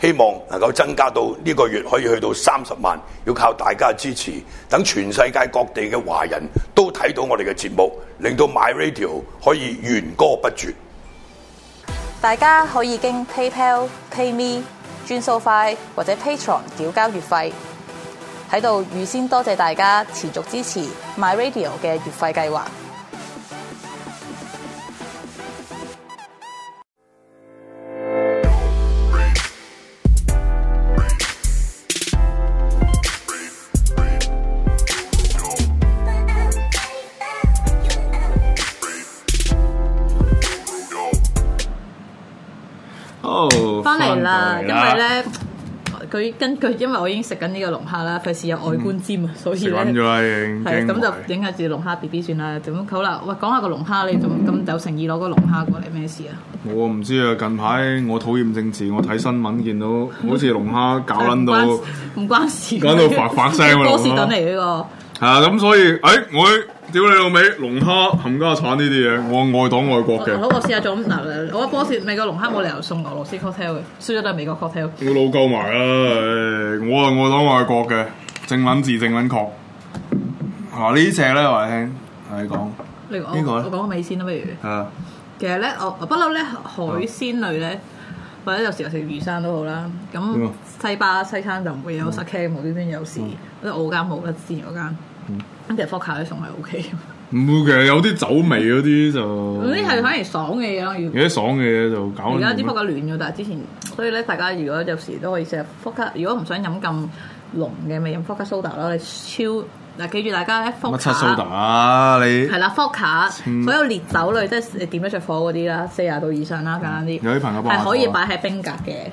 希望能夠增加到呢個月可以去到三十萬，要靠大家支持，等全世界各地嘅華人都睇到我哋嘅節目，令到 My Radio 可以源歌不絕。大家可以經 PayPal、PayMe、轉數快或者 Patron 繳交月費。喺度預先多謝大家持續支持 My Radio 嘅月費計劃。好，翻嚟啦，返因到嚟為咧。佢根據，因為我已經食緊呢個龍蝦啦，費事有外觀尖啊，所以嗯食咧穩咗啦，已經係啊驚咁埋就影下住龍蝦 B B 算啦。咁好啦，喂，講下個龍蝦你咁咁有誠意攞個龍蝦過嚟咩事啊？我唔知啊，近排我討厭政治，我睇新聞見到好似龍 蝦搞撚到，唔關唔關事，搞到發發聲 喎波士龍蝦頓嚟呢係啊咁，所以誒、哎我屌你老味，龍蝦冚家產呢啲嘢，我愛黨愛國個。嘅，好，我試下做嗱，我覺得波士美國龍蝦冇理由送俄羅斯 cocktail 哦嘅，輸咗都係美國 cocktail。我老夠埋啦，唉我係愛黨愛國嘅，正撚字正撚確。啊呢只咧話你聽，同你呢講個我呢個啊我咧講個尾先啦，不如。係啊，其實咧，我我不嬲咧，海鮮類咧，或者有時候食魚生都好啦。咁嗯西巴西餐就唔會有 sake 無端端有事，即係我間冇啦，之前嗰間。嗯咁其實 f o c a 啲餸係 O K，唔會嘅，有啲酒味嗰啲就，咁呢係反而爽嘅嘢咯。如有啲哦爽嘅嘢就搞。而家啲 f o c a 暖咗，但係之前，所以咧大家如果有時都可以食 f o c a 如果唔想飲咁濃嘅，咪飲 f o c a soda 咯。你超嗱，記住大家咧 f o 乜 c 七 a 蘇達啊你係？啦 f o c a 清所有烈酒類，即係你點得着火嗰啲啦，四廿度以上啦，簡單啲。有啲朋友幫我係可以做啊擺喺冰格嘅。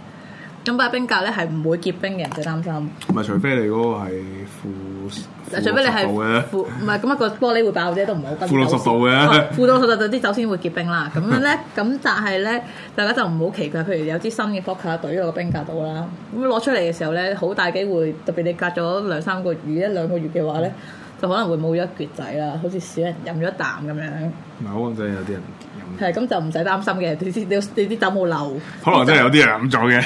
咁擺喺冰格咧係唔會結冰嘅，人就擔心。唔係，除非你嗰個係除非你負，負60係度嘅，負唔係咁啊一個玻璃會爆啫，都唔好咁。負60度嘅哦負到六十度啲酒先會結冰啦。咁樣咧， 咁但係咧，大家就唔好奇怪，譬如有支新嘅 vodka 懟落個冰格度啦，咁攞出嚟嘅時候咧，好大機會，特別你隔咗兩三個月、一兩個月嘅話咧，就可能會冇咗一橛仔啦，好似少人飲咗一啖咁樣。唔係可能真係有啲人飲，係咁就唔使擔心嘅，你啲你啲酒冇漏。可能真係有啲人飲咗 嘅。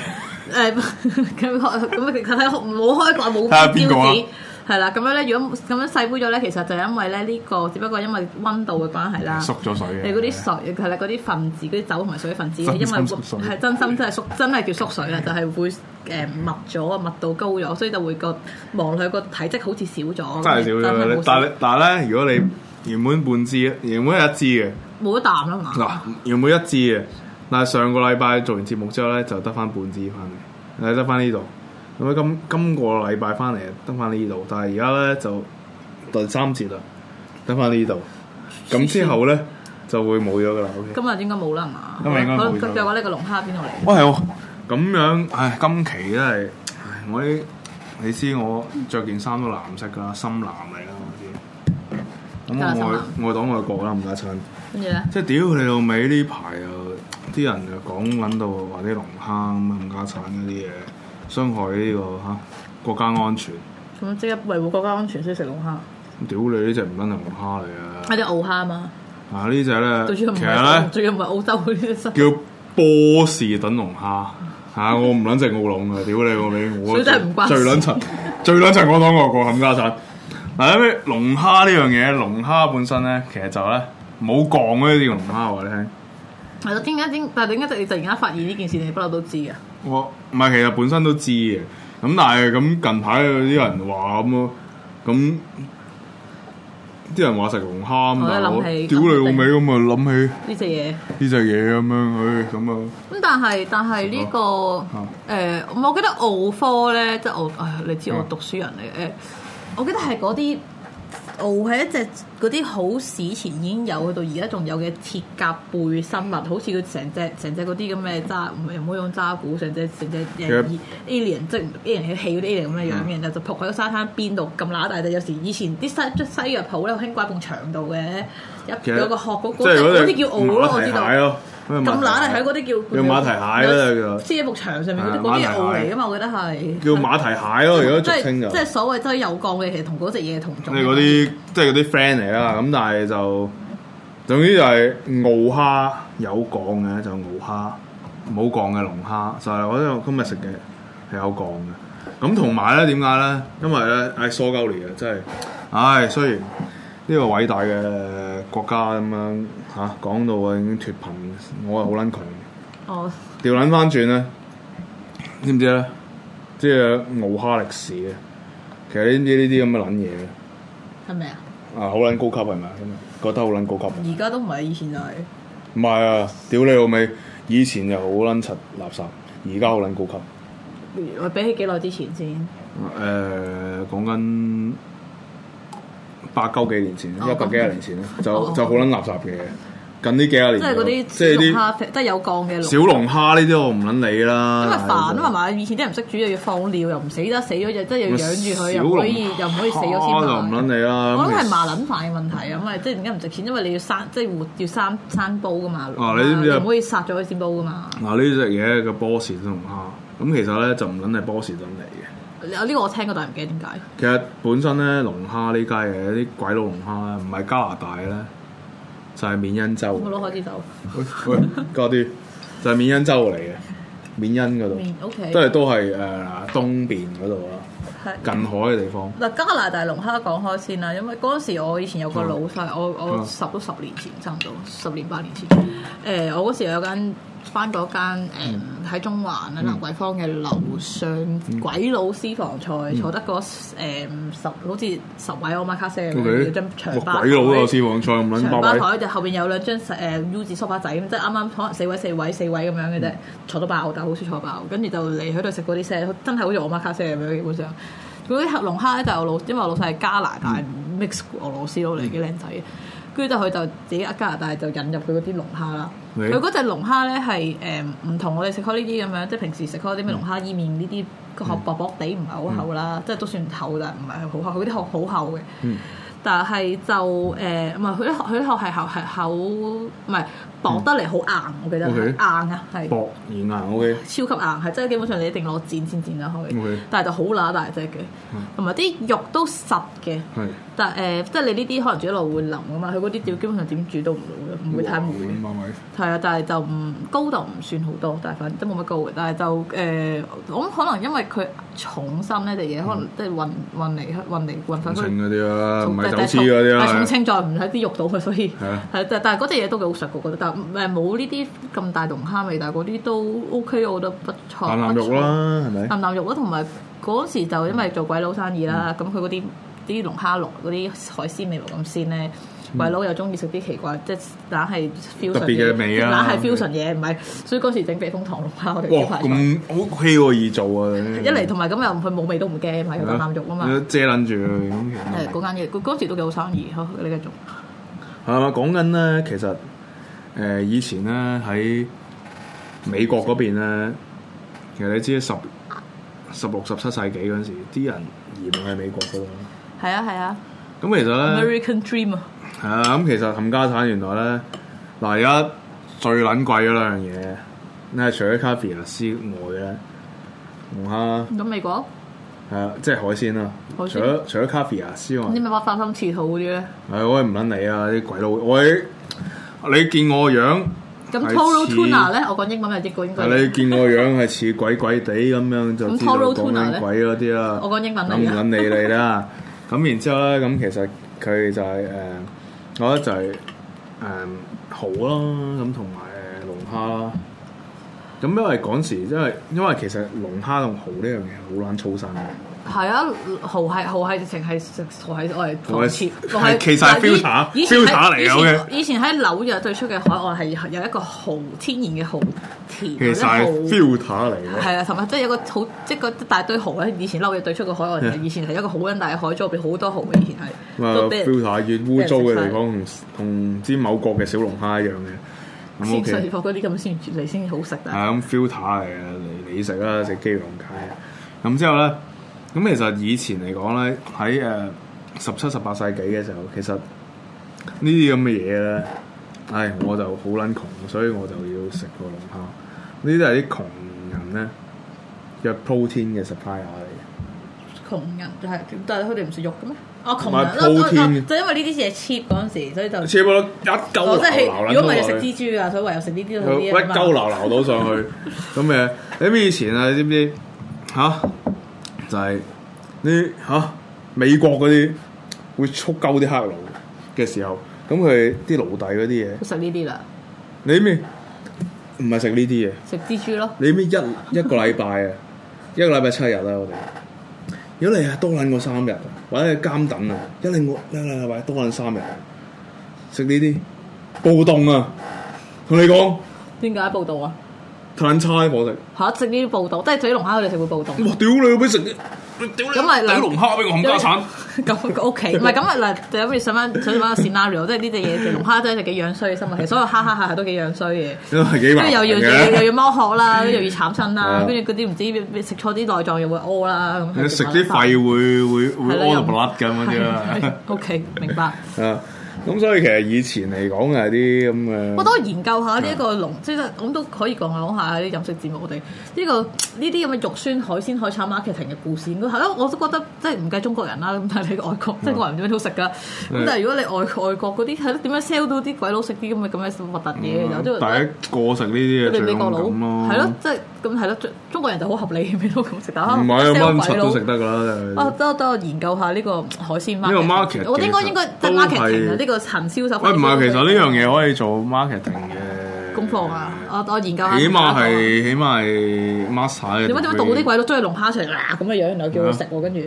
誒咁開咁其實睇冇開掛冇睇下標邊個啊誌，係啦。咁樣咧，如果咁樣細杯咗咧，其實就因為咧呢個，只不過因為温度嘅關係啦，縮咗水嘅你嗰啲水係啦，嗰啲分子嗰啲酒同埋水分子，因真為心縮水係真心真係縮，真係叫縮水啦，就係會誒密咗啊，密度高咗，所以就會個望落去個體積好似少咗，真係少真係咗冇。但係但係咧，如果你原本半支，原本係一支冇一啖啦嘅，嘛。嗱原本一支嘅，但係上個禮拜做完節目之後咧，就得翻半支翻嚟，誒得翻呢度。咁啊，今今個禮拜翻嚟得翻呢度，但係而家咧就第三節啦，得翻呢度。咁之後咧就會冇咗噶啦。OK。今日應該冇啦係嘛？今日應該冇好啦咗咁就話呢個龍蝦邊度嚟？哇係喎，咁樣唉，今期真係唉我啲你知我着件衫都藍色㗎啦，深藍嚟啦我知。咁梗係深我藍愛愛黨愛國啦，唔家親。跟住咧，即係屌你老味呢排又啲人又講揾到話啲龍蝦咁冚家產嗰啲嘢，傷害呢、個嚇、國家安全。咁即刻維護國家安全先食龍蝦，咁屌你呢只唔撚係龍蝦嚟係嘅。啲澳蝦啊嘛。啊呢只咧，最主要唔其係實咧澳。 最主要唔係澳洲嗰啲新，叫波士頓 龍蝦嚇、我唔撚食澳龍啊！屌你老味，我所以真係唔關事最撚柒，最撚柒我當我個冚家產。嗱，因為龍蝦呢樣嘢，龍蝦本身咧，其實就咧冇槓嗰啲龍蝦我哋聽。係咯？點解點？但係點解你突然間發現呢件事，你不嬲都知嘅？我唔係，其實本身都知嘅。咁但係咁近排有啲人話咁咯，咁啲人話食龍蝦咁，我但一係諗我起屌你老味咁啊，諗起呢隻嘢呢隻嘢咁樣，唉咁啊。咁，但係但係呢、個誒、我記得嗯澳科咧，即係我誒，你知我讀書人嚟誒、我記得係嗰啲獒係一隻嗰啲好史前已經有，去到而家仲有嘅鐵甲背生物，好似佢成隻成隻嗰啲咁嘅渣，唔係唔好用渣古，成隻成隻誒 alien 即係 alien 起嗰啲 alien 咁嘅樣，嗯然後就仆喺個沙灘邊度咁乸大隻。有時以前啲西即西藥鋪咧，好興掛埲牆度嘅，其有實有個殼嗰即係嗰隻嗰隻啲叫獒咯，我知道馬蹄蟹。咯，咁咁乸嚟睇嗰啲叫叫馬蹄蟹啦叫做黐喺埲牆上面嗰啲係啊嗰啲係獒馬蹄蟹嚟噶嘛，我覺得係叫馬蹄 蟹咯，如果俗稱就即係即係所謂真係有降嘅，其實同嗰隻嘢同即種。係嗰啲即係嗰啲 friend 嚟啦。咁但係就總之就係鰲蝦有槓嘅就鰲蝦，冇槓嘅龍蝦就係我覺得我今日食嘅係有槓嘅。咁同埋咧點解咧？因為咧唉疏鳩嚟嘅，真係唉雖然。呢個偉大嘅國家咁樣嚇、講到我已經脱貧，我係好撚窮嘅哦，調撚翻轉咧，知啊唔知咧？即係敖蝦歷史嘅，其實呢啲呢啲咁嘅撚嘢嘅，係咪啊？啊好撚高級係咪啊？咁啊覺得好撚高級。而家都唔係以前就係唔係啊，屌你老味！以前就好撚柒垃圾，而家好撚高級。誒、我比起幾耐之前先，講緊八九幾年前，哦一百幾廿年前咧，啊就哦就好撚垃圾嘅。近呢幾廿年即係嗰就啲即係小龍啲蝦，即係有降嘅小龍。龍蝦呢啲我唔撚理啦。因為煩啊嘛，係咪以前啲人唔識煮，又要放尿，又唔死得，死咗就即係要養住佢，又唔可以又唔可以死小龍蝦咗就先唔撚買。啊你啦。我咁諗其係實麻撚飯嘅問題啊，因為即係點解唔值錢？因為你要生，即係活要生生煲噶嘛。哦你知唔知啊唔可以殺咗佢先煲噶嘛？嗱呢只嘢嘅波士頓龍蝦，咁其實咧就唔撚係波士頓嚟嘅。呢個我聽過，但係唔記得點解。其實本身咧龍蝦呢家嘢，啲鬼佬龍蝦咧，唔係加拿大咧，就係緬因州。我攞開始走。喂喂，嗰啲就係緬因州嚟嘅，緬因嗰度，嗯，OK。都係都係誒東邊嗰度啦，係近海嘅地方。嗱，加拿大龍蝦講開先啦，因為嗰陣時我以前有個老細，我我嗯十都十年前，差唔多十年八年前。誒、我嗰時有間翻嗰間嗯誒喺中環啊蘭桂坊嘅樓上鬼佬私房菜，嗯坐得嗰誒十好似十位我媽卡西咁樣，有 OK，張長哇巴鬼佬台啊！私房菜咁撚長巴巴閉，台就後邊有兩張誒、呃 U 字梳化仔咁，即係啱啱可能四位四位四位咁樣嘅嗯啫，坐到爆，但係好少坐爆。跟住就嚟喺度食嗰啲聲，真係好似我媽卡聲咁樣，基本上嗰啲黑龍蝦咧就我老，因為我老細係加拿大嗯 mix 俄羅斯佬嚟嘅靚仔，跟住就佢就自己喺加拿大就引入佢嗰啲龍蝦啦。喂佢嗰只龍蝦咧係呃誒唔同我哋食開呢啲咁樣，即係平時食開啲咩龍蝦伊麵呢啲，個嗯殼薄薄地唔係好厚啦，即係都算厚但唔係好厚，佢啲殼好厚嘅。但係就誒唔係佢啲佢啲殼係厚係厚，唔係薄得嚟好硬，我記得 OK 係硬啊，係薄而硬。OK，超級硬，係真係基本上你一定攞剪剪剪得開 OK 但係就好嗯乸大隻嘅，同埋啲肉都實嘅。係但誒、呃即係你呢啲可能煮一路會腍噶嘛，佢嗰啲料基本上點煮都唔會唔會太哇霉嘅。撚巴閉係啊，但係就唔高就唔算好多，但係反正都冇乜高嘅。但係就誒、呃我諗可能因為佢重心呢隻嘢，可能即係運運嚟運嚟運翻重去。慶嗰啲啦，啊唔係但走但私嗰啲啦。但係重啊青再唔喺啲肉度嘅，所以係啊係但但係嗰隻嘢都幾好食嘅，我覺得。但誒冇呢啲咁大龍蝦味，但係嗰啲都 OK，我覺得不錯。橄欖肉啦，係不錯，咪？淡淡肉啦，同埋嗰陣時就因為做鬼佬生意啦，嗯咁佢嗰啲啲龍蝦落嗰啲海鮮味冇咁鮮咧。鬼佬又中意食啲奇怪，即係硬係 fusion 嗯特別嘅味啊硬係 fusion 嘢，唔係，所以嗰時整避風塘龍蝦我哋招哇，牌菜咁 OK 喎，易做啊！一嚟同埋咁又佢冇味都唔驚，係有啖肉啊嘛。遮撚住佢咁其實誒嗰間嘢，嗰嗰陣時都幾好生意，好你繼續。係嘛？講緊咧，其實誒、呃以前咧喺美國嗰邊咧，其實你知十十六十七世紀嗰陣時，啲人移民去美國噶啦。係啊係啊咁其實咧， ，American Dream 啊，係啊，咁其實冚家產原來咧，嗱而家最撚貴嗰兩樣嘢，你係除咗卡比亞之外咧，龍蝦咁美國係啊，即係海鮮啦。海除鮮咗除咗卡比亞之外你，咪話花心刺肚嗰啲咧，唉，我係唔撚你啊！啲鬼佬，我係你見我樣，咁係 Toro 似 Tuna 咧，我講英文咪英國英國係你見我樣係似鬼鬼地咁樣，就知道 Toro 講 Tuna 緊呢鬼嗰啲啦。我講英文嚟咁㗎唔撚理你啦。 咁然之後咧，咁其實佢就係、誒、呃我覺得就係、誒、蠔啦，咁同埋誒呃龍蝦啦。咁因為嗰陣時，因為因為其實龍蝦同蠔呢樣嘢好撚粗身嘅，係啊，蠔係蠔係直情係食蠔係我係我係糖切，係我係其實係嗱以以 filter，前 filter 嚟喺以嘅前 OK 以前喺紐約對出嘅海岸係有一個蠔天然嘅蠔田，其實或係者蠔 filter 嚟嘅。係啊，同埋即係有個好，即係個大堆蠔咧。以前嬲嘢對出個海岸嘅， Yeah. 以前係一個好撚大嘅海咗，入邊好多蠔嘅。以前咁係啊都俾人，filter 越污糟嘅地方，同同唔知某國嘅小龍蝦一樣嘅。咁鮮 OK，水貨嗰啲咁先嚟先好食啊係啊但係咁 filter 嚟嘅，你你食啦，食雞黃雞。咁之後咧，咁其實以前嚟講咧，喺誒十七、十八世紀嘅時候，其實呢啲咁嘅嘢咧，唉，我就好撚窮，所以我就要食個龍蝦。呢啲都係啲窮人咧嘅 protein 嘅 supplier 嚟嘅。窮人就係，但係佢哋唔食肉嘅咩？哦，窮買人咯鋪天咯，就因為呢啲嘢 cheap 嗰陣時，所以就切到一嚿我流真哦係流，如果唔係就食蜘蛛啊，所以唯有食呢啲好佢啲一啊嘛鳩流流到上去，咁誒，你知唔知以前啊？你知唔知吓？就係呢吓美國嗰啲會速鳩啲黑奴嘅時候，咁佢啲奴隸嗰啲嘢，食呢啲啦，你知唔知唔係食呢啲嘢？食蜘蛛咯。你知唔知一一個禮拜啊？一個禮拜七日啊，我哋。如果你係多撚過三日，或者係監等啊，一令我一個禮拜多撚三日，食呢啲暴動啊！同你講，點解報道啊？太撚差我食。嚇食呢啲報道，即係對龍蝦佢哋食會報道。哇！屌你，俾食屌你，咁咪兩屌嗯龍蝦俾我冚家產。咁個屋企 唔係咁啊嗱，就咁你想翻想翻個 scenario，即係呢隻嘢食龍蝦真係幾樣衰嘅生物，其實所有 蝦蝦蟹蟹都幾樣衰嘅。都係幾跟麻住煩又要嘅又要剝殼啦，跟住又要慘身啦 係啊，跟住嗰啲唔知咩食錯啲內臟又會屙啦咁。你食啲肺會會會屙到 blood 咁嗰啲係啦。 O K，明白。啊，咁所以其實以前嚟講係啲咁嘅。我都研究下呢一個龍，即係咁都可以講下講下啲飲食節目。我哋呢個呢啲咁嘅肉酸海鮮海產 marketing 嘅故事，應該係咯，我都覺得即係唔計中國人啦，咁但係你外國即係外人點樣都食㗎。咁嗯但係如果你外外國嗰啲係咯，點樣 sell 到啲鬼佬食啲咁嘅咁嘅核突嘢，有第啲人一個食呢啲我嘢最哋美敏國感佬咯。係咯，即係咁係咯，中中國人就好合理，咩都咁食，但係唔係啊，可能 sell 蚊鬼柒佬都食得噶啦。啊，得得，我研究下呢個海鮮 market。呢個 market 我覺得應該其實應該即係都 marketing 啊，係呢個行銷手法。喂，唔係，其實呢樣嘢可以做 marketing 嘅功課啊，我我研究下。起碼係起碼係 master 嘅。點解點解倒啲？鬼佬追龍蝦出嚟嗱咁嘅樣，然後叫佢食喎，跟住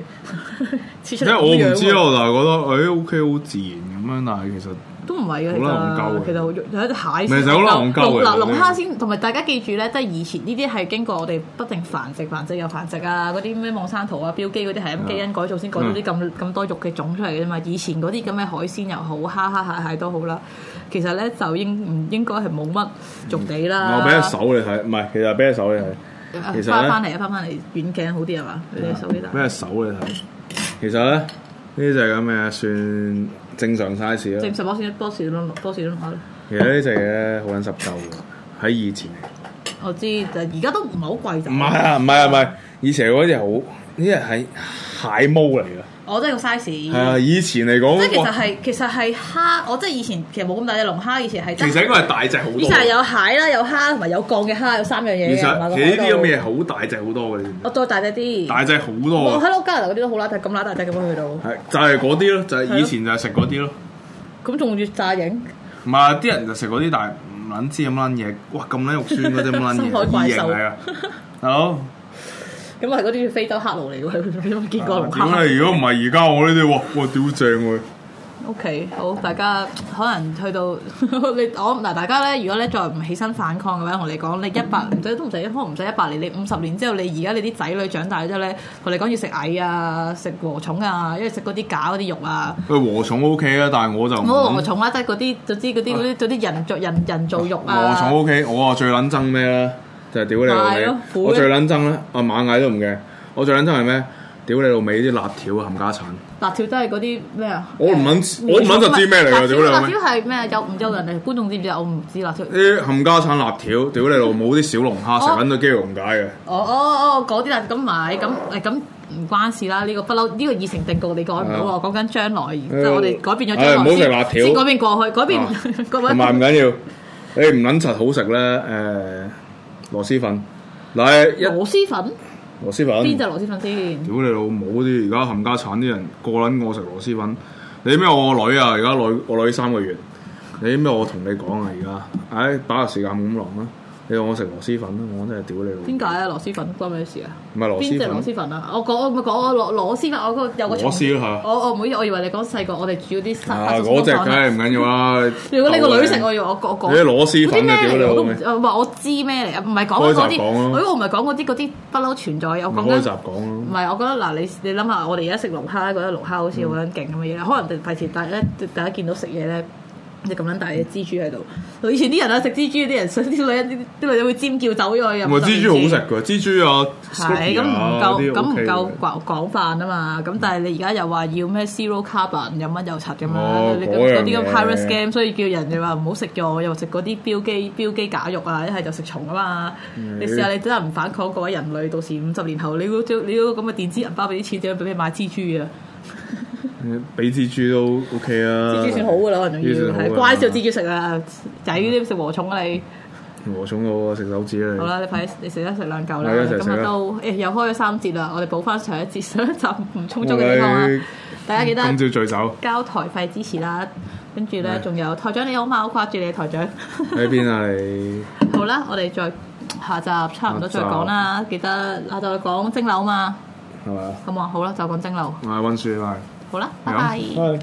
切 出 因嚟咁為我唔樣知喎啊，我就係覺得誒 OK 好自然咁樣，但係其實都唔係嘅，其好難戇鳩實嘅其實好有一隻蟹咪先就係好難戇鳩嘅龍嗱其實龍蝦先，同埋大家記住咧，即係以前呢啲係經過我哋不定繁殖、繁殖又繁殖啊，嗰啲咩望山圖啊、標記嗰啲係咁基因改造先改到啲嗯咁咁多肉嘅種出嚟嘅啫嘛。以前嗰啲咁嘅海鮮又好，蝦蝦蟹蟹都好啦，其實咧就應唔應該係冇乜肉地啦。嗯我俾隻手你睇，唔係，其實俾隻手你睇。啊，其實翻呢翻嚟啊，翻翻嚟遠鏡好啲係嘛？你隻手呢度咩啊手你睇？其實咧，呢隻咁嘅算正常 size 正啦。十波士波士窿波士窿下啦。其實呢隻嘢咧好撚濕鳩嘅，喺以前嚟。我知，但而家都唔係好貴咋。唔係啊，唔係啊，唔係，以前嗰隻好，呢隻係蟹毛嚟嘅。我都係個 size。係啊，以前嚟講，即係其實哇係其實係蝦，我即係以前其實冇咁大隻龍蝦，以前係其實應該係大隻好多。以前係有蟹啦，有蝦同埋有鋼嘅蝦，有三樣嘢其嘅。係嘛實個其實呢啲海咁嘅度嘢好大隻好多嘅，你知唔知我再大隻啲。大隻好多我啊。喺到加拿大嗰啲都好啦，但係咁乸大隻咁樣去到，係就係嗰啲咯，就係咯係以前就係食嗰啲咯。咁仲要炸影，唔係啲人就食嗰啲，但係唔撚知咁撚嘢，哇咁撚肉酸嗰啲咁撚深海怪獸嘢，異形嚟啊，大佬。咁係嗰啲非洲黑奴嚟 嘅，你有冇見過龍點解蝦啊如果唔係而家我呢啲，哇哇屌正喎！ ？O K，好，大家可能去到 你我嗱，大家咧，如果咧再唔起身反抗嘅話，我同你講，你一百唔使都唔使，可能唔使一百年，你五十年之後，你而家你啲仔女長大之後咧，同你講要食蟻啊，食禾蟲啊，因為食嗰啲假嗰啲肉啊。佢禾蟲 O K 啊，但係我就唔冇撚蝗蟲啦，啊即係嗰啲，總之嗰啲嗰啲嗰啲人造人人造肉啊，禾蟲 O K，我啊最撚憎咩咧？就係屌你老係味咯！苦我最撚憎咧，啊螞蟻都唔嘅，我最撚憎係咩？屌你老味啲辣條啊，冚家產！辣條都係嗰啲咩啊？我唔撚我唔撚就知咩嚟㗎辣條屌你老辣味條係咩啊？有唔有人哋觀眾知唔知啊？我唔知辣條。啲冚家產辣條，屌你老母啲小龍蝦食緊到肌肉溶解嘅。哦哦哦，嗰啲啦，咁咪咁誒咁唔關事啦。呢個不嬲，呢個已成定局，你改唔到啊！啊講緊將來，即係我哋改變咗唉將唔好來食辣先，條先改變過去，改變啊 各位同埋唔緊要，你唔撚柒好食咧，誒螺絲粉，嗱一嗯螺絲粉螺絲粉邊隻螺絲粉先？屌你老母啲！而家冚家產啲人個撚我食螺絲粉，你知咩我個女啊？而家女我女三個月，你知咩我同你講啊？而家，唉，把握時間咁浪啦，你當我食螺絲粉啦，我真係屌你老母！點解啊？螺絲粉關咩事啊？唔係螺邊絲隻螺粉絲？粉啊？我講我咪講我螺螺絲粉，我嗰個有個螺絲啦嚇我我唔好意思，我以為你講細個我哋煮嗰啲沙啊，嗰隻梗係唔緊要啦。 如果你個女食，我要要我我講你啲螺絲粉啊嗰啲咩屌你嚟我老都唔味我話我知咩嚟啊？唔係講開集嗰啲，講啊我因為我唔係講嗰啲嗰啲不嬲存在嘅，我唔講開緊集講咯唔。係，我覺得嗱，你你諗下，我哋而家食龍蝦咧，覺得龍蝦好似好撚勁咁嘅嘢，可能第時大家大家見到食嘢咧，就咁撚大隻蜘蛛喺度。以前啲人啊食蜘蛛，啲人想啲女人啲啲女人會尖叫走咗去飲。唔係蜘蛛好食。㗎，蜘蛛啊，係咁唔 Scooby 啊夠，嗰啲咁唔 OK 嘅夠廣廣泛啊嘛！咁但係你而家又話要咩 zero carbon 有乜有柒咁樣，哦你嗰樣嗰啲咁嘢 high risk game，所以叫人哋話唔好食肉，又食嗰啲標機標機假肉啊，一係就食蟲啊嘛！嗯你試下你真係唔反抗各位人類，到時五十年後你要你要咁嘅電子銀包俾啲錢點樣俾你買蜘蛛啊？俾蜘蛛都 OK 啊。蜘蛛算好噶啦，可能仲蜘蛛要算好㗎係乖少蜘蛛食啊，仔啲食禾蟲啊你。禾蟲好啊，食手指好啊啦，你快啲你食一食兩嚿啦，係啊一齊今食日啦都誒又開咗三節啦，我哋補翻上一節上一集唔充你。足嘅地啊方啦，大家記今得朝 醉酒交台費支持啦，跟住咧係仲有台長你好嘛，好掛住你啊台長。 喺邊啊你？好啦，我哋再下集差唔多再講啦，記得下集講蒸樓嘛，係咪啊？咁啊好啦，就講蒸樓，我係温書啊，好啦，係拜拜。咁。